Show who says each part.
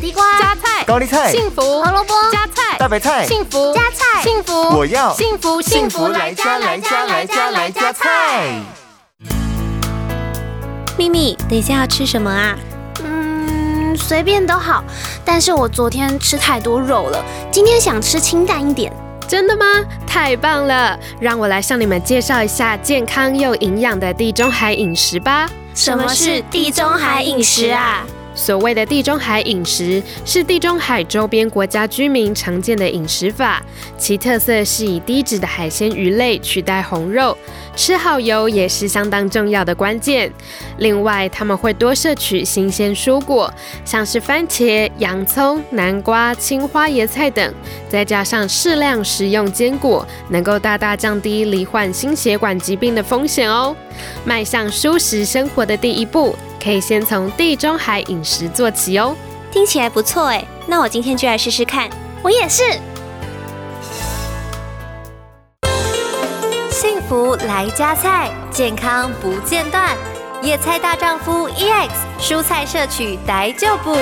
Speaker 1: 地瓜、
Speaker 2: 加菜、
Speaker 3: 高丽菜、
Speaker 2: 幸福、
Speaker 1: 胡萝卜、
Speaker 2: 加菜、
Speaker 3: 大白菜、
Speaker 2: 幸福、
Speaker 1: 加菜
Speaker 2: 幸福，
Speaker 3: 我要
Speaker 2: 幸福
Speaker 3: 幸福来家来家来家来家菜。
Speaker 4: 咪咪，等一下要吃什么啊？
Speaker 1: 嗯，随便都好。但是我昨天吃太多肉了，今天想吃清淡一点。
Speaker 2: 真的吗？太棒了！让我来向你们介绍一下健康又营养的地中海饮食吧。
Speaker 4: 什么是地中海饮食啊？
Speaker 2: 所谓的地中海饮食是地中海周边国家居民常见的饮食法，其特色是以低脂的海鲜鱼类取代红肉，吃好油也是相当重要的关键。另外，他们会多摄取新鲜蔬果，像是番茄、洋葱、南瓜、青花椰菜等，再加上适量食用坚果，能够大大降低罹患心血管疾病的风险哦。迈向舒适生活的第一步，可以先从地中海饮食做起哦。
Speaker 4: 听起来不错哎，那我今天就来试试看。
Speaker 1: 我也是，
Speaker 5: 幸福来加菜，健康
Speaker 4: ，E
Speaker 5: 不间断。野菜大丈夫 EX，蔬菜摄取来就补。